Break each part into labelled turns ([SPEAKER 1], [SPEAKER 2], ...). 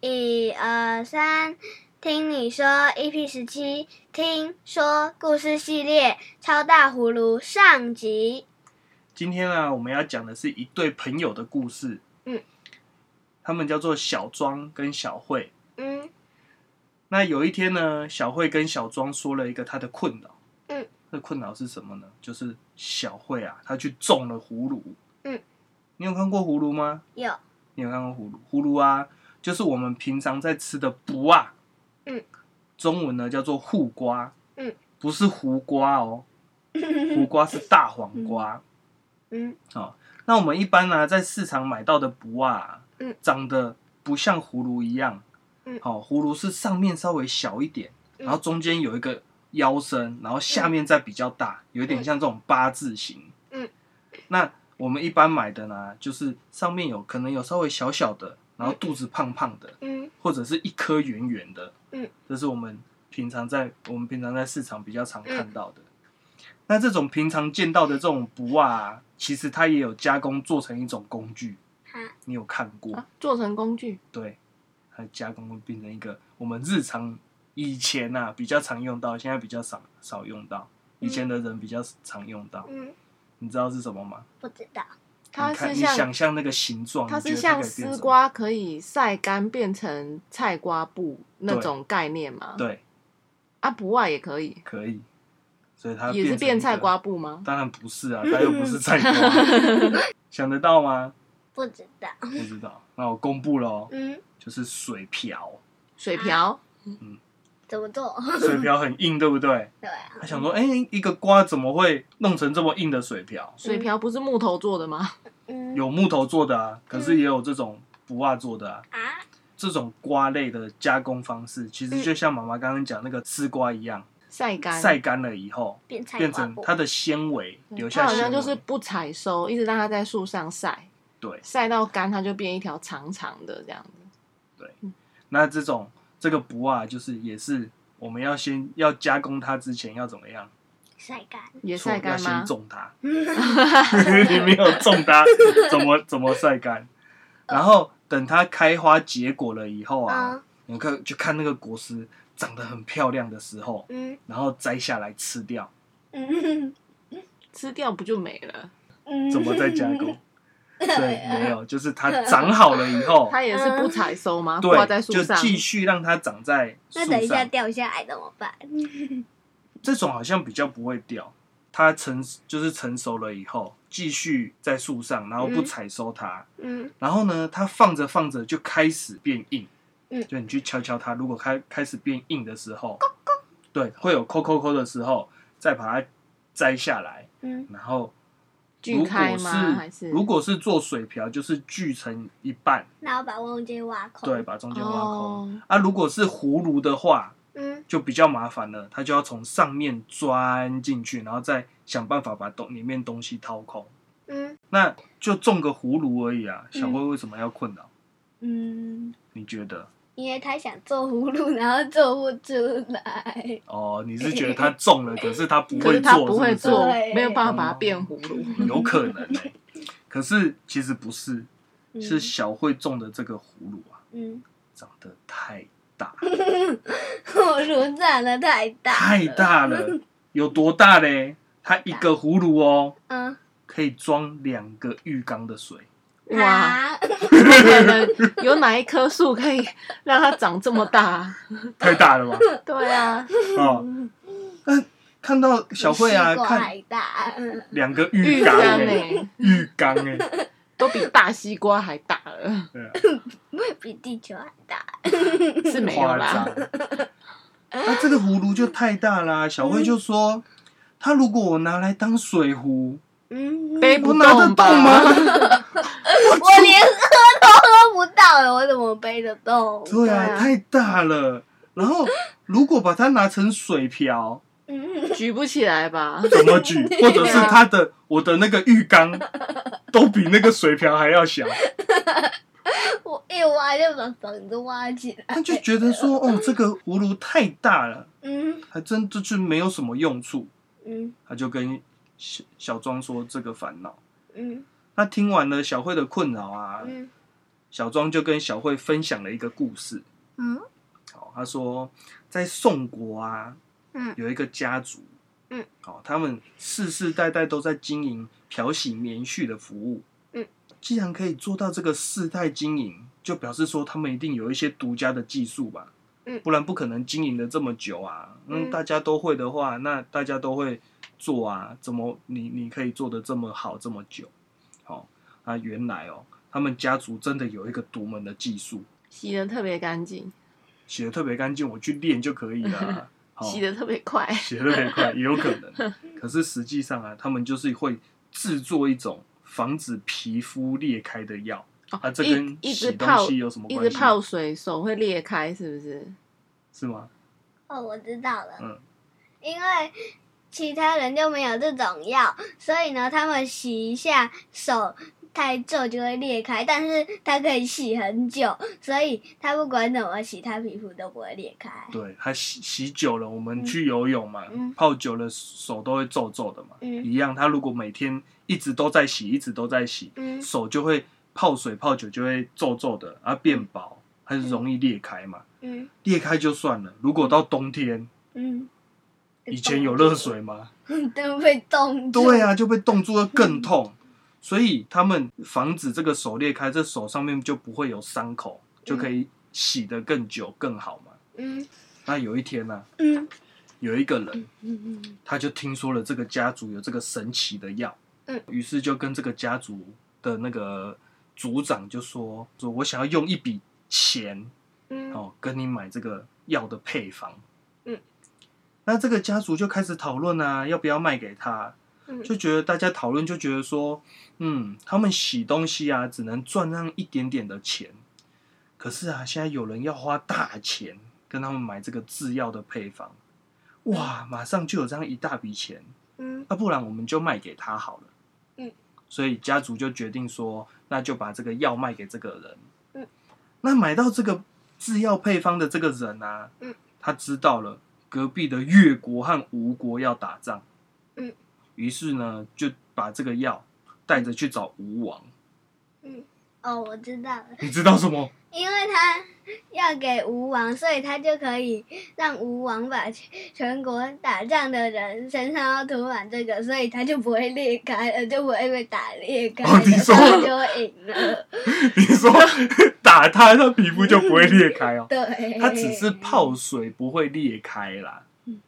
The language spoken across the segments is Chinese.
[SPEAKER 1] 一二三，听你说 EP 十七，听说故事系列《超大葫芦》上集。
[SPEAKER 2] 今天呢、我们要讲的是一对朋友的故事。
[SPEAKER 1] 嗯，
[SPEAKER 2] 他们叫做小庄跟小慧。
[SPEAKER 1] 嗯
[SPEAKER 2] 那有一天呢，小慧跟小庄说了一个她的困扰。
[SPEAKER 1] 嗯，
[SPEAKER 2] 这困扰是什么呢？就是小慧啊，她去种了葫芦。
[SPEAKER 1] 嗯，
[SPEAKER 2] 你有看过葫芦吗？
[SPEAKER 1] 有
[SPEAKER 2] 你有看过葫芦？葫芦啊，就是我们平常在吃的不啊。
[SPEAKER 1] 嗯，
[SPEAKER 2] 中文呢叫做护瓜。
[SPEAKER 1] 嗯，
[SPEAKER 2] 不是胡 瓜哦，胡瓜是大黄瓜。
[SPEAKER 1] 嗯
[SPEAKER 2] 那我们一般呢、在市场买到的卜啊，
[SPEAKER 1] 嗯
[SPEAKER 2] 长得不像葫芦一样，
[SPEAKER 1] 嗯
[SPEAKER 2] 好、葫芦是上面稍微小一点，
[SPEAKER 1] 嗯
[SPEAKER 2] 然后中间有一个腰身，然后下面再比较大，有点像这种八字形。
[SPEAKER 1] 嗯，
[SPEAKER 2] 那我们一般买的呢，就是上面有可能有稍微小小的，然后肚子胖胖的，
[SPEAKER 1] 嗯
[SPEAKER 2] 或者是一颗圆圆的，
[SPEAKER 1] 嗯，
[SPEAKER 2] 这是我们平常在我们平常在市场比较常
[SPEAKER 3] 嗯
[SPEAKER 2] 看到的。那这种平常见到的这种不啊，其实它也有加工做成一种工具，
[SPEAKER 1] 好，
[SPEAKER 2] 你有看过？
[SPEAKER 3] 啊，做成工具，
[SPEAKER 2] 对，它加工会变成一个我们日常以前啊比较常用到，现在比较少少用到，以前
[SPEAKER 3] 嗯
[SPEAKER 2] 的人比较常用到。
[SPEAKER 1] 嗯，
[SPEAKER 2] 你知道是什么吗？
[SPEAKER 1] 不知道。
[SPEAKER 3] 它
[SPEAKER 2] 你看
[SPEAKER 3] 是
[SPEAKER 2] 你想
[SPEAKER 3] 像
[SPEAKER 2] 象那个形状，
[SPEAKER 3] 它
[SPEAKER 2] 你觉
[SPEAKER 3] 是
[SPEAKER 2] 得
[SPEAKER 3] 像
[SPEAKER 2] 可以变
[SPEAKER 3] 丝
[SPEAKER 2] 什么，
[SPEAKER 3] 瓜可以晒干变成菜瓜布那
[SPEAKER 2] 对
[SPEAKER 3] 种概念吗？
[SPEAKER 2] 对，
[SPEAKER 3] 啊，不外也可以，
[SPEAKER 2] 可以，所以它
[SPEAKER 3] 也是
[SPEAKER 2] 变成
[SPEAKER 3] 变
[SPEAKER 2] 一
[SPEAKER 3] 菜
[SPEAKER 2] 个
[SPEAKER 3] 瓜布吗？
[SPEAKER 2] 当然不是啊，他又不是菜瓜， 想得到吗？
[SPEAKER 1] 不知道，
[SPEAKER 2] 不知道。那我公布了、哦，
[SPEAKER 1] 嗯，
[SPEAKER 2] 就是水瓢，
[SPEAKER 3] 水瓢，
[SPEAKER 1] 怎么做？
[SPEAKER 2] 水瓢很硬，对不对？
[SPEAKER 1] 对啊，
[SPEAKER 2] 他想说，哎、一个瓜怎么会弄成这么硬的水瓢？
[SPEAKER 3] 水瓢不是木头做的吗？
[SPEAKER 1] 嗯
[SPEAKER 2] 有木头做的啊，可是也有这种不袜做的啊。
[SPEAKER 1] 啊，
[SPEAKER 2] 这种瓜类的加工方式，其实就像妈妈刚刚讲那个丝瓜一样，
[SPEAKER 3] 晒干，
[SPEAKER 2] 嗯晒干了以后
[SPEAKER 1] 变菜
[SPEAKER 2] 变
[SPEAKER 1] 瓜
[SPEAKER 2] 成
[SPEAKER 1] 布
[SPEAKER 2] 它的纤维，
[SPEAKER 3] 对
[SPEAKER 2] 留
[SPEAKER 3] 嗯它
[SPEAKER 2] 下
[SPEAKER 3] 好
[SPEAKER 2] 纤
[SPEAKER 3] 像就是
[SPEAKER 2] 维。
[SPEAKER 3] 不采收，一直让它在树上晒，
[SPEAKER 2] 对，
[SPEAKER 3] 晒到干它就变一条长长的这样子。
[SPEAKER 2] 那这种这个不袜就是也是我们要先要加工它之前要怎么样？
[SPEAKER 1] 晒干， 嗯
[SPEAKER 3] 也
[SPEAKER 2] 错
[SPEAKER 3] 晒
[SPEAKER 2] 要
[SPEAKER 3] 干吗
[SPEAKER 2] 先？种它， 你没有种它，怎么怎么晒干？然后等它开花结果了以后啊
[SPEAKER 1] 嗯，
[SPEAKER 2] 你看就看那个果实长得很漂亮的时候，
[SPEAKER 1] 嗯
[SPEAKER 2] 然后摘下来吃掉，
[SPEAKER 1] 嗯
[SPEAKER 3] 吃掉不就没了？
[SPEAKER 1] 嗯，
[SPEAKER 2] 怎么再加工？对，没有，就是它长好了以后，
[SPEAKER 3] 它也是不采收吗？挂在
[SPEAKER 2] 对，
[SPEAKER 3] 树
[SPEAKER 2] 就
[SPEAKER 3] 上，
[SPEAKER 2] 继续让它长在树
[SPEAKER 1] 那等一下
[SPEAKER 2] 上。
[SPEAKER 1] 掉下来怎么办？
[SPEAKER 2] 这种好像比较不会掉，它成就是成熟了以后，继续在树上，然后不
[SPEAKER 1] 嗯
[SPEAKER 2] 采收它。
[SPEAKER 1] 嗯
[SPEAKER 2] 然后呢，它放着放着就开始变硬。
[SPEAKER 1] 嗯
[SPEAKER 2] 就你去敲敲它，如果开开始变硬的时候，对，会有扣扣扣的时候，再把它摘下来，
[SPEAKER 1] 嗯
[SPEAKER 2] 然后如
[SPEAKER 3] 锯开
[SPEAKER 2] 果
[SPEAKER 3] 吗？还是
[SPEAKER 2] 如果是做水瓢，就是锯成一半，
[SPEAKER 1] 然后把中间挖空。
[SPEAKER 2] 对，，把中间挖空。
[SPEAKER 3] 哦，
[SPEAKER 2] 啊，如果是葫芦的话，
[SPEAKER 1] 嗯
[SPEAKER 2] 就比较麻烦了，它就要从上面钻进去，然后再想办法把东里面东西掏空。
[SPEAKER 1] 嗯
[SPEAKER 2] 那就种个葫芦而已啊，
[SPEAKER 3] 嗯
[SPEAKER 2] 小慧为什么要困扰？
[SPEAKER 1] 嗯，
[SPEAKER 2] 你觉得？
[SPEAKER 1] 因为他想做葫芦，然后做不出来。
[SPEAKER 2] 哦，你是觉得他中了，可是他不
[SPEAKER 3] 可
[SPEAKER 2] 会
[SPEAKER 3] 是
[SPEAKER 2] 做，
[SPEAKER 3] 它不会
[SPEAKER 2] 是不
[SPEAKER 3] 做
[SPEAKER 1] 对，
[SPEAKER 3] 没有办法把它变葫芦。
[SPEAKER 2] 是有可能呢、可是其实不是，
[SPEAKER 1] 嗯
[SPEAKER 2] 是小慧中的这个葫芦啊，
[SPEAKER 1] 嗯，
[SPEAKER 2] 长得太大，
[SPEAKER 1] 葫芦长得太大，
[SPEAKER 2] 太。大了，有多大嘞？它一个葫芦哦，
[SPEAKER 1] 嗯，
[SPEAKER 2] 可以装两个浴缸 的水，
[SPEAKER 3] 哇，
[SPEAKER 1] 啊，
[SPEAKER 3] 可 能有哪一棵树可以让它长这么大啊？
[SPEAKER 2] 太大了吧？
[SPEAKER 3] 对啊，
[SPEAKER 2] 哦， 看到小慧啊，
[SPEAKER 1] 比西瓜
[SPEAKER 2] 看
[SPEAKER 1] 还大。嗯
[SPEAKER 2] 两个
[SPEAKER 3] 浴
[SPEAKER 2] 浴缸
[SPEAKER 3] 缸
[SPEAKER 2] 哎、
[SPEAKER 3] 哎，
[SPEAKER 2] 浴缸哎、
[SPEAKER 3] 都比大西瓜还大了，
[SPEAKER 2] 对啊。
[SPEAKER 1] 比地球还大。
[SPEAKER 3] 是没有
[SPEAKER 2] 夸
[SPEAKER 3] 啦
[SPEAKER 2] 张。。那这个葫芦就太大啦、小慧就说，他如果我拿来当水壶，
[SPEAKER 1] 嗯，
[SPEAKER 3] 背
[SPEAKER 2] 我
[SPEAKER 3] 不
[SPEAKER 2] 拿得
[SPEAKER 3] 动
[SPEAKER 2] 动吗
[SPEAKER 3] 吧？？
[SPEAKER 1] 我连喝都喝不到了，我怎么背得动？
[SPEAKER 2] 对
[SPEAKER 3] 对
[SPEAKER 2] 啊，
[SPEAKER 3] 啊
[SPEAKER 2] 太大了。然后如果把它拿成水瓢，
[SPEAKER 1] 嗯，
[SPEAKER 3] 举不起来吧？
[SPEAKER 2] 怎么举？或者是它的我的那个浴缸，都比那个水瓢还要小。
[SPEAKER 1] 我一挖就把房子挖起来。
[SPEAKER 2] 他就觉得说，哦，这个葫芦太大了，
[SPEAKER 1] 嗯
[SPEAKER 2] 还真就是没有什么用处。
[SPEAKER 1] 嗯
[SPEAKER 2] 他就跟小小庄说这个烦恼。
[SPEAKER 1] 嗯
[SPEAKER 2] 那听完了小慧的困扰啊，
[SPEAKER 1] 嗯
[SPEAKER 2] 小庄就跟小慧分享了一个故事。
[SPEAKER 1] 嗯
[SPEAKER 2] 哦，他说在宋国啊，
[SPEAKER 1] 嗯
[SPEAKER 2] 有一个家族，
[SPEAKER 1] 嗯，
[SPEAKER 2] 哦，他们世世代代都在经营漂洗棉絮的服务，
[SPEAKER 1] 嗯，
[SPEAKER 2] 既然可以做到这个世代经营，就表示说他们一定有一些独家的技术吧，
[SPEAKER 1] 嗯
[SPEAKER 2] 不然不可能经营的这么久啊。嗯，
[SPEAKER 1] 嗯
[SPEAKER 2] 大家都会的话，那大家都会做啊，怎么你你可以做的这么好这么久？好、啊，原来哦，他们家族真的有一个独门的技术，
[SPEAKER 3] 洗的特别干净，
[SPEAKER 2] 洗的特别干净，我去练就可以了 啊、好
[SPEAKER 3] 洗的特别快，
[SPEAKER 2] 洗的很快，也有可 能。可是实际上啊，他们就是会制作一种防止皮肤裂开的药、
[SPEAKER 3] 哦
[SPEAKER 2] 啊，这
[SPEAKER 3] 一
[SPEAKER 2] 跟
[SPEAKER 3] 一
[SPEAKER 2] 洗
[SPEAKER 3] 直
[SPEAKER 2] 东
[SPEAKER 3] 泡
[SPEAKER 2] 西有什么
[SPEAKER 3] 一直
[SPEAKER 2] 关系？
[SPEAKER 3] 泡水，手会裂开，是不是？
[SPEAKER 2] 是吗？
[SPEAKER 1] 哦，我知道了，
[SPEAKER 2] 嗯
[SPEAKER 1] 因为其他人就没有这种药，所以呢，他们洗一下手太皱就会裂开，但是它可以洗很久，所以它不管怎么洗，它皮肤都不会裂开。
[SPEAKER 2] 对，它洗洗久了，我们去游泳嘛，
[SPEAKER 1] 嗯
[SPEAKER 2] 泡久了手都会皱皱的嘛，
[SPEAKER 1] 嗯
[SPEAKER 2] 一样。它如果每天一直都在洗，一直都在洗，
[SPEAKER 1] 嗯
[SPEAKER 2] 手就会泡水泡久就会皱皱的，而、啊、变薄，它就容易裂开嘛。
[SPEAKER 1] 嗯
[SPEAKER 2] 裂开就算了，如果到冬天，
[SPEAKER 1] 嗯，
[SPEAKER 2] 以前有 热水吗？
[SPEAKER 1] 都被冻住。
[SPEAKER 2] 对，啊，就被冻住了更痛。所以他们防止这个手裂开，这手上面就不会有伤口，就可以洗得更久更好嘛。
[SPEAKER 1] 嗯
[SPEAKER 2] 那有一天呢、
[SPEAKER 1] 嗯
[SPEAKER 2] 有一个人
[SPEAKER 3] 嗯嗯
[SPEAKER 2] 他就听说了这个家族有这个神奇的药，
[SPEAKER 1] 嗯，
[SPEAKER 2] 于是就跟这个家族的那个族长就说：“说我想要用一笔钱
[SPEAKER 1] 嗯
[SPEAKER 2] 哦，跟你买这个药的配方。”
[SPEAKER 1] 嗯，
[SPEAKER 2] 那这个家族就开始讨论啊，要不要卖给他？
[SPEAKER 1] 嗯，
[SPEAKER 2] 就觉得大家讨论就觉得说，嗯，他们洗东西啊，只能赚上一点点的钱，可是啊，现在有人要花大钱跟他们买这个制药的配方，哇，马上就有这样一大笔钱，
[SPEAKER 1] 嗯
[SPEAKER 2] 那、不然我们就卖给他好了。
[SPEAKER 1] 嗯，
[SPEAKER 2] 所以家族就决定说，那就把这个药卖给这个人。
[SPEAKER 1] 嗯，
[SPEAKER 2] 那买到这个制药配方的这个人啊，
[SPEAKER 1] 嗯，
[SPEAKER 2] 他知道了隔壁的越国和吴国要打仗，
[SPEAKER 1] 嗯，
[SPEAKER 2] 于是呢就把这个药带着去找吴王。
[SPEAKER 1] 哦，我知道了。
[SPEAKER 2] 你知道什么？
[SPEAKER 1] 因为他要给吴王，所以他就可以让吴王把全全国打仗的人身上要涂满这个，所以他就不会裂开了，就不会被打裂开了，
[SPEAKER 2] 哦你说
[SPEAKER 1] 他们就会赢了。
[SPEAKER 2] 你 说打他，他皮肤就不会裂开哦。
[SPEAKER 1] 对，
[SPEAKER 2] 它只是泡水不会裂开啦
[SPEAKER 3] 嗯。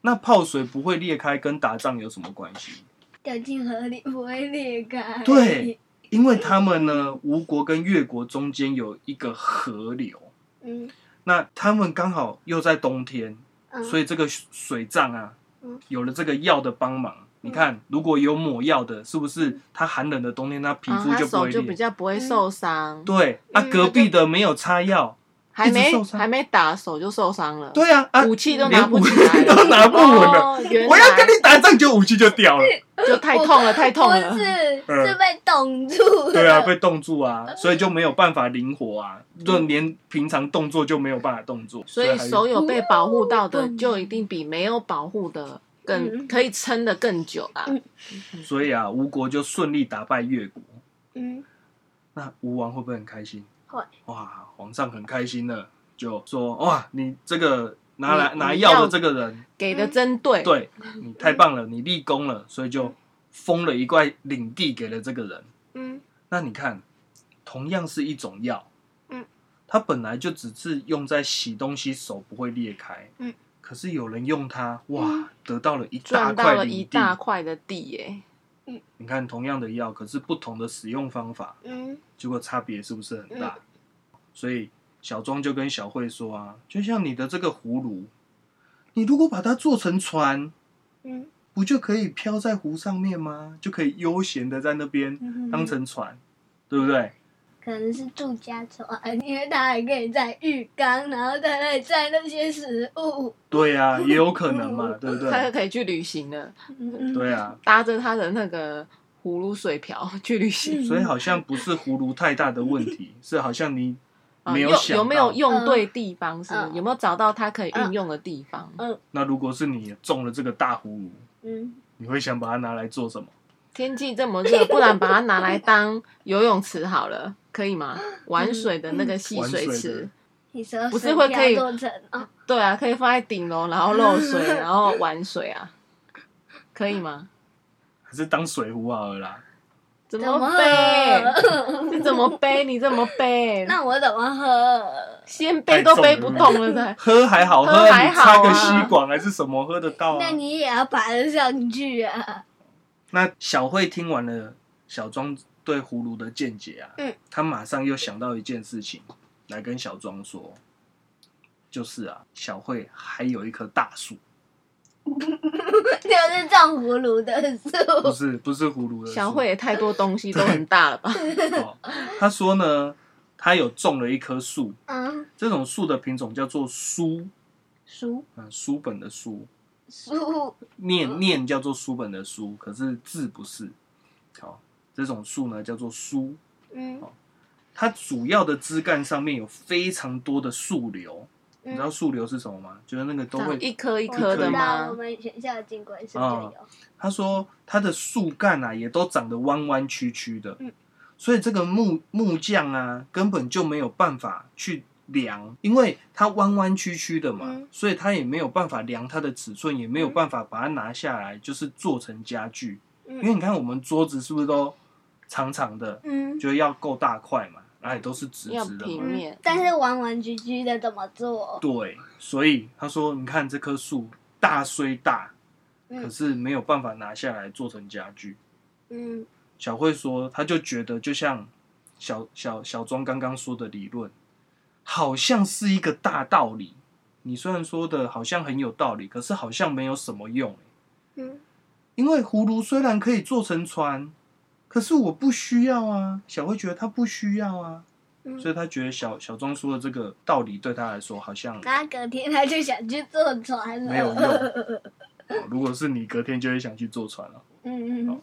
[SPEAKER 2] 那泡水不会裂开跟打仗有什么关系？
[SPEAKER 1] 掉进河里不会裂开。
[SPEAKER 2] 对，因为他们呢，吴国跟越国中间有一个河流，
[SPEAKER 1] 嗯
[SPEAKER 2] 那他们刚好又在冬天，
[SPEAKER 1] 嗯，
[SPEAKER 2] 所以这个水仗啊
[SPEAKER 1] 嗯，
[SPEAKER 2] 有了这个药的帮忙。你
[SPEAKER 3] 嗯
[SPEAKER 2] 看，如果有抹药的，是不是它寒冷的冬天，它皮
[SPEAKER 3] 然后
[SPEAKER 2] 肤
[SPEAKER 3] 他
[SPEAKER 2] 就不
[SPEAKER 3] 啊手
[SPEAKER 2] 会
[SPEAKER 3] 就比
[SPEAKER 2] 裂？
[SPEAKER 3] 较不会受伤，
[SPEAKER 2] 对，啊，
[SPEAKER 1] 嗯
[SPEAKER 2] 隔壁的没有擦
[SPEAKER 3] 嗯
[SPEAKER 2] 药，
[SPEAKER 3] 还
[SPEAKER 2] 一
[SPEAKER 3] 没
[SPEAKER 2] 直受伤
[SPEAKER 3] 还没打手就受伤了，，
[SPEAKER 2] 对啊，啊，
[SPEAKER 3] 武器都
[SPEAKER 2] 连
[SPEAKER 3] 拿不
[SPEAKER 2] 武
[SPEAKER 3] 起
[SPEAKER 2] 器
[SPEAKER 3] 来了，
[SPEAKER 2] 都拿不稳了。
[SPEAKER 3] 哦原来
[SPEAKER 2] 我要跟你打仗，就武器就 掉了。
[SPEAKER 3] 就太痛了，太痛了
[SPEAKER 1] 不，是，
[SPEAKER 2] 嗯
[SPEAKER 1] 是被冻住了。
[SPEAKER 2] 对啊，被冻住啊，所以就没有办法灵活啊，就连平常动作就没有办法动作，
[SPEAKER 3] 所以
[SPEAKER 2] 还是
[SPEAKER 3] 手有被保护到的
[SPEAKER 1] 嗯，
[SPEAKER 3] 就一定比没有保护的
[SPEAKER 1] 嗯
[SPEAKER 3] 更可以撑得更久啦。
[SPEAKER 1] 嗯
[SPEAKER 2] 所以啊，吴国就顺利打败越国。
[SPEAKER 1] 嗯
[SPEAKER 2] 那吴王会不会很开心？
[SPEAKER 1] 会
[SPEAKER 2] 哇，皇上很开心了，就说哇，你这个拿来
[SPEAKER 3] 你
[SPEAKER 2] 拿
[SPEAKER 3] 你
[SPEAKER 2] 药
[SPEAKER 3] 要
[SPEAKER 2] 的这个人，
[SPEAKER 3] 给的真对，
[SPEAKER 2] 对你太棒了，你立功了，所以就封了一块领地给了这个人。
[SPEAKER 1] 嗯
[SPEAKER 2] 那你看，同样是一种药，
[SPEAKER 1] 嗯，
[SPEAKER 2] 它本来就只是用在洗东西，手不会裂开，
[SPEAKER 1] 嗯，
[SPEAKER 2] 可是有人用它，哇，
[SPEAKER 1] 嗯
[SPEAKER 2] 得到了一大
[SPEAKER 3] 赚到
[SPEAKER 2] 块
[SPEAKER 3] 了一
[SPEAKER 2] 领
[SPEAKER 3] 大
[SPEAKER 2] 地。
[SPEAKER 3] 块的地耶，
[SPEAKER 2] 你看，同样的药，可是不同的使用方法，
[SPEAKER 1] 嗯
[SPEAKER 2] 结果差别是不是很大？
[SPEAKER 3] 嗯
[SPEAKER 2] 所以小庄就跟小慧说啊，就像你的这个葫芦，你如果把它做成船，
[SPEAKER 1] 嗯
[SPEAKER 2] 不就可以飘在湖上面吗？就可以悠闲的在那边
[SPEAKER 1] 嗯，
[SPEAKER 2] 当成船，对不对？
[SPEAKER 1] 可能是住家船，因为它还可以在浴缸，然后在那里晒那些食物。
[SPEAKER 2] 对呀、 也有可能嘛，对不对？
[SPEAKER 3] 他就可以去旅行了，
[SPEAKER 1] 嗯
[SPEAKER 2] 对啊，
[SPEAKER 3] 搭着他的那个葫芦水瓢去旅
[SPEAKER 1] 嗯
[SPEAKER 3] 行。
[SPEAKER 2] 所以好像不是葫芦太大的问 题，是好像你
[SPEAKER 3] 啊
[SPEAKER 2] 没有
[SPEAKER 3] 用
[SPEAKER 2] 想
[SPEAKER 3] 有没有
[SPEAKER 2] 到
[SPEAKER 3] 用对地方？是不
[SPEAKER 1] 嗯
[SPEAKER 3] 是有没有找到它可以运用的地方？
[SPEAKER 2] 那如果是你中了这个大葫芦，
[SPEAKER 1] 嗯
[SPEAKER 2] 你会想把它拿来做什么？
[SPEAKER 3] 天气这么热，不然把它拿来当游泳池好了，可以吗？玩水的那个戏
[SPEAKER 2] 玩水
[SPEAKER 3] 水
[SPEAKER 2] 的
[SPEAKER 3] 池，
[SPEAKER 1] 你说
[SPEAKER 3] 不是会可
[SPEAKER 1] 水
[SPEAKER 3] 以
[SPEAKER 1] 饺做成哦？
[SPEAKER 3] 对啊，可以放在顶楼，然后漏水，然后玩水啊，可以吗？
[SPEAKER 2] 还是当水壶好了啦。
[SPEAKER 3] 怎
[SPEAKER 1] 怎么
[SPEAKER 3] 么背？
[SPEAKER 1] 喝？
[SPEAKER 3] 你怎么背？你怎么 背？
[SPEAKER 1] 那我怎么喝？
[SPEAKER 3] 先背都背不动了的。
[SPEAKER 2] 喝还好喝，
[SPEAKER 3] 喝还
[SPEAKER 2] 你插
[SPEAKER 3] 好
[SPEAKER 2] 个
[SPEAKER 3] 啊
[SPEAKER 2] 吸管还是什么喝得到啊
[SPEAKER 1] 那？你也要爬得上去啊！
[SPEAKER 2] 那小慧听完了小庄对葫芦的见解啊，
[SPEAKER 1] 嗯，
[SPEAKER 2] 她马上又想到一件事情来跟小庄说，就是啊，小慧还有一棵大树，
[SPEAKER 1] 就是种葫芦的
[SPEAKER 2] 不
[SPEAKER 1] 树，
[SPEAKER 2] 是不是葫芦的树
[SPEAKER 3] 小慧也太多东西都很大了吧？
[SPEAKER 2] 哦，她说呢，她有种了一棵树，
[SPEAKER 1] 嗯，
[SPEAKER 2] 这种树的品种叫做书，
[SPEAKER 1] 书
[SPEAKER 2] 嗯，书本的书，
[SPEAKER 1] 书，
[SPEAKER 3] 哦
[SPEAKER 2] 念念叫做书本的书，可是字不是，好、这种树呢叫做书，
[SPEAKER 1] 嗯
[SPEAKER 2] 它主要的枝干上面有非常多的树瘤，你知道
[SPEAKER 1] 嗯，
[SPEAKER 2] 树瘤是什么吗？就是那个都会。
[SPEAKER 3] 一颗一
[SPEAKER 1] 我
[SPEAKER 3] 颗的
[SPEAKER 1] 知道我
[SPEAKER 3] 吗？
[SPEAKER 1] 们学校经管室就有，
[SPEAKER 2] 他说它的树干啊，也都长得弯弯曲曲的
[SPEAKER 1] 嗯，
[SPEAKER 2] 所以这个木木匠啊，根本就没有办法去量，因为它弯弯曲曲的嘛
[SPEAKER 1] 嗯，
[SPEAKER 2] 所以他也没有办法量它的尺寸，也没有办法把它拿下来，就是做成家具。因为
[SPEAKER 1] 嗯
[SPEAKER 2] 你看我们桌子是不是都长长的，
[SPEAKER 1] 嗯
[SPEAKER 2] 就要够大块嘛，然后也都是直
[SPEAKER 3] 要
[SPEAKER 2] 直的嘛
[SPEAKER 1] 嗯
[SPEAKER 3] 平。面，
[SPEAKER 1] 但是弯弯曲曲的怎么做？
[SPEAKER 2] 对，所以他说，你看这棵树大虽大，可
[SPEAKER 1] 嗯
[SPEAKER 2] 是没有办法拿下来做成家具。
[SPEAKER 1] 嗯
[SPEAKER 2] 小慧说，他就觉得就像小小小庄刚刚说的理论，好像是一个大道理。你虽然说的好像很有道理，可是好像没有什么用、欸
[SPEAKER 1] 嗯
[SPEAKER 2] 因为葫芦虽然可以做成船，可是我不需要啊。小慧觉得她不需要啊，所
[SPEAKER 1] 嗯，
[SPEAKER 2] 以她觉得小小庄说的这个道理对她来说好像
[SPEAKER 1] 然后隔天他就想去坐船了，
[SPEAKER 2] 没有用。哦 如果是你，隔天就会想去坐船了。
[SPEAKER 1] 嗯嗯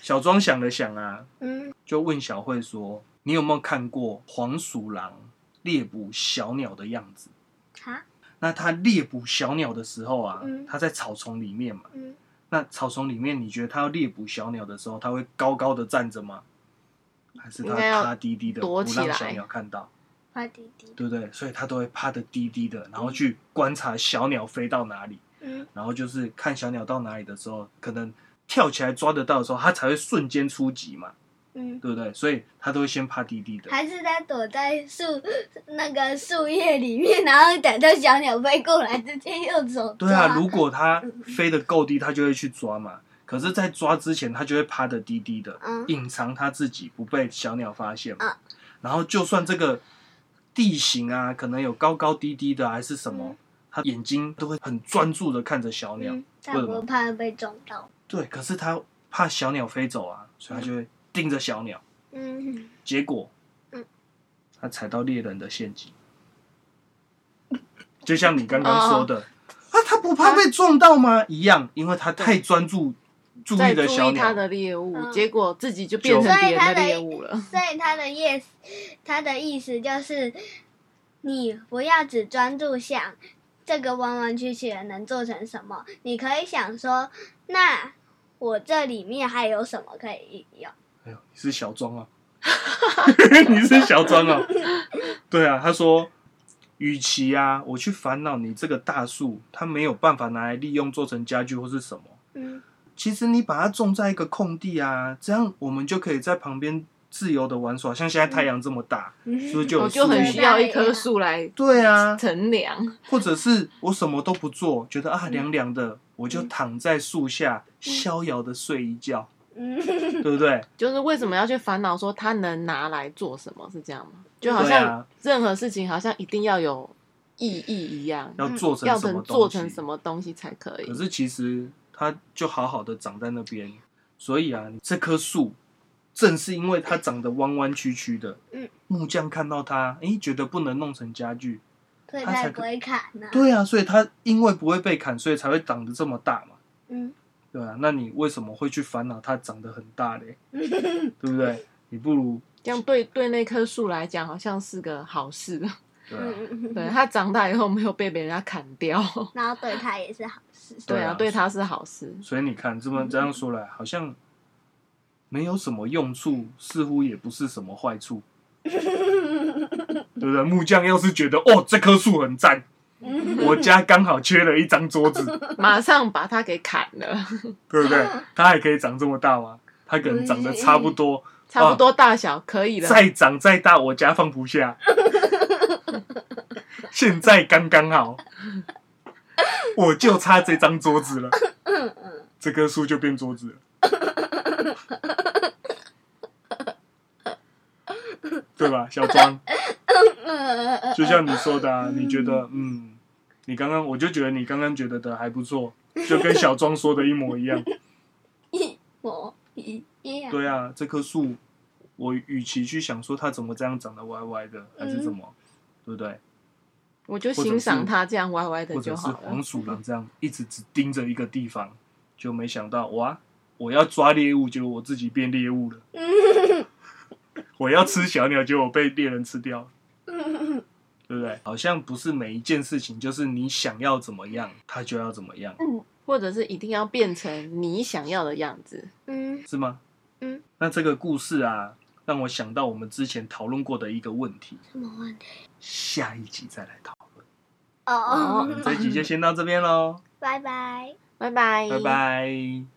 [SPEAKER 2] 小庄想了想啊，
[SPEAKER 1] 嗯，
[SPEAKER 2] 就问小慧说：“你有没有看过黄鼠狼猎捕小鸟的样子
[SPEAKER 1] 哈，？”
[SPEAKER 2] 那它猎捕小鸟的时候啊
[SPEAKER 1] 嗯，
[SPEAKER 2] 它在草丛里面嘛。
[SPEAKER 1] 嗯，
[SPEAKER 2] 那草丛里面，你觉得它要猎捕小鸟的时候，它会高高的站着吗？还是它
[SPEAKER 3] 应该要
[SPEAKER 2] 趴低低的，不
[SPEAKER 3] 躲起
[SPEAKER 2] 让
[SPEAKER 3] 来
[SPEAKER 2] 小鸟看到，
[SPEAKER 1] 花弟弟，
[SPEAKER 2] 对不对？所以它都会趴得低低的，
[SPEAKER 3] 嗯
[SPEAKER 2] 然后去观察小鸟飞到哪里。
[SPEAKER 1] 嗯
[SPEAKER 2] 然后就是看小鸟到哪里的时候，可能跳起来抓得到的时候，它才会瞬间出击嘛，
[SPEAKER 1] 嗯。
[SPEAKER 2] 对不对？所以它都会先趴低低的。
[SPEAKER 1] 还是他躲在树那个树叶里面，然后等到小鸟飞过来，直接又走
[SPEAKER 2] 对啊，
[SPEAKER 1] 抓嗯
[SPEAKER 2] 如果它飞得够低，它就会去抓嘛。可是，在抓之前，它就会趴得低低的，
[SPEAKER 1] 嗯
[SPEAKER 2] 隐藏它自己，不被小鸟发现嘛
[SPEAKER 1] 嗯。
[SPEAKER 2] 然后，就算这个地形啊，可能有高高低低的啊，还是什么
[SPEAKER 1] 嗯，
[SPEAKER 2] 它眼睛都会很专注的看着小鸟
[SPEAKER 1] 嗯。，他
[SPEAKER 2] 为什么
[SPEAKER 1] 不怕被撞到。
[SPEAKER 2] 对，可是它怕小鸟飞走啊，所以它就会盯着小鸟。
[SPEAKER 1] 嗯，
[SPEAKER 2] 结果，
[SPEAKER 1] 嗯
[SPEAKER 2] 他踩到猎人的陷阱，就像你刚刚说
[SPEAKER 3] 哦
[SPEAKER 2] 的，啊，他不怕被撞到吗？一样，因为他太专注注
[SPEAKER 3] 在
[SPEAKER 2] 意
[SPEAKER 3] 注
[SPEAKER 2] 的小
[SPEAKER 3] 意
[SPEAKER 2] 鸟
[SPEAKER 3] 他，的猎物，
[SPEAKER 1] 嗯
[SPEAKER 3] 结果自己就变
[SPEAKER 2] 就
[SPEAKER 3] 成别
[SPEAKER 1] 所以他
[SPEAKER 3] 人
[SPEAKER 1] 的
[SPEAKER 3] 的猎物了。
[SPEAKER 1] 所以他的 yes，他的意思就是，你不要只专注想这个弯弯曲曲的能做成什么，你可以想说，那我这里面还有什么可以应用？
[SPEAKER 2] 哎呦，你是小庄啊， 你是小庄啊，对啊，他说。与其啊，我去烦恼你这个大树，它没有办法拿来利用做成家具或是什么，
[SPEAKER 1] 嗯
[SPEAKER 2] 其实你把它种在一个空地啊，这样我们就可以在旁边自由的玩耍。像现在太阳这么大，是不是嗯就有
[SPEAKER 3] 我就很
[SPEAKER 2] 树
[SPEAKER 3] 需要一棵树来
[SPEAKER 2] 对啊，
[SPEAKER 3] 乘凉，
[SPEAKER 2] 或者是我什么都不做，觉得
[SPEAKER 3] 嗯
[SPEAKER 2] 啊凉凉的，我就躺在树下逍遥的睡一觉，
[SPEAKER 1] 嗯，
[SPEAKER 2] 对不对？
[SPEAKER 3] 就是为什么要去烦恼说它能拿来做什么？是这样吗？就好
[SPEAKER 2] 对
[SPEAKER 3] 像
[SPEAKER 2] 啊
[SPEAKER 3] 任何事情好像一定要有意义一样，
[SPEAKER 2] 要做成
[SPEAKER 3] 嗯要
[SPEAKER 2] 什么
[SPEAKER 3] 能
[SPEAKER 2] 东西？
[SPEAKER 3] 做成什么东西才可以
[SPEAKER 2] 可。是其实它就好好的长在那边，所以啊，这棵树正是因为它长得弯弯曲曲的，
[SPEAKER 1] 嗯
[SPEAKER 2] 木匠看到它，诶，觉得不能弄成家具，
[SPEAKER 1] 所
[SPEAKER 3] 嗯
[SPEAKER 1] 以
[SPEAKER 2] 他
[SPEAKER 1] 他
[SPEAKER 2] 才
[SPEAKER 1] 也
[SPEAKER 2] 可
[SPEAKER 1] 不会砍呢、
[SPEAKER 2] 对啊，所以它因为不会被砍，所以才会长得这么大嘛。
[SPEAKER 1] 嗯
[SPEAKER 2] 对啊，那你为什么会去烦恼它长得很大 嘞？对不对？你不如
[SPEAKER 3] 这样对对那棵树来讲，好像是个好事。
[SPEAKER 2] 对啊，
[SPEAKER 1] 嗯嗯嗯，
[SPEAKER 3] 对，它长大以后没有被别人家砍掉，
[SPEAKER 1] 然后对他也是好事。
[SPEAKER 2] 对
[SPEAKER 3] 对
[SPEAKER 2] 啊
[SPEAKER 3] 啊，对它是好事。
[SPEAKER 2] 所以你看这
[SPEAKER 1] 嗯
[SPEAKER 2] 么这 样说来，好像没有什么用处，似乎也不是什么坏处，对不对？木匠要是觉得哦这棵树 很赞，我家刚好缺了一张桌子，
[SPEAKER 3] 马上把它给砍了，
[SPEAKER 2] 对 不对？它还可以长这么大吗？它可能长得差不多，
[SPEAKER 3] 差
[SPEAKER 2] 哦
[SPEAKER 3] 不多大小可以了。
[SPEAKER 2] 再长再大，我家放不下。现在刚刚好，我就差这张桌子了，这棵树就变桌子了，对吧？小庄，就像你说的、啊，你觉得嗯，你刚刚我就觉得你刚刚觉得的还不错，就跟小庄说的一模一样。
[SPEAKER 1] 一模一样。
[SPEAKER 2] 对啊，这棵树，我与其去想说它怎么这样长得歪歪的，还是怎么，对不对？
[SPEAKER 3] 我就欣赏它这样歪歪的
[SPEAKER 2] 或者
[SPEAKER 3] 就是好了
[SPEAKER 2] 黄。鼠狼这样一直只盯着一个地方，就没想到哇，我要抓猎物，结果我自己变猎物 了；我要吃小鸟，结果我被猎人吃掉了，对不对？好像不是每一件事情就是你想要怎么样，它就要怎么样，
[SPEAKER 3] 或者是一定要变成你想要的样子。
[SPEAKER 1] 嗯
[SPEAKER 2] 是吗？
[SPEAKER 1] 嗯。
[SPEAKER 2] 那这个故事啊，让我想到我们之前讨论过的一个问题，
[SPEAKER 1] 什么问题？
[SPEAKER 2] 下一集再来讨论。
[SPEAKER 1] 哦
[SPEAKER 2] 哦我们这一集就先到这边喽，
[SPEAKER 1] 拜拜。
[SPEAKER 3] 拜拜，
[SPEAKER 2] 拜拜。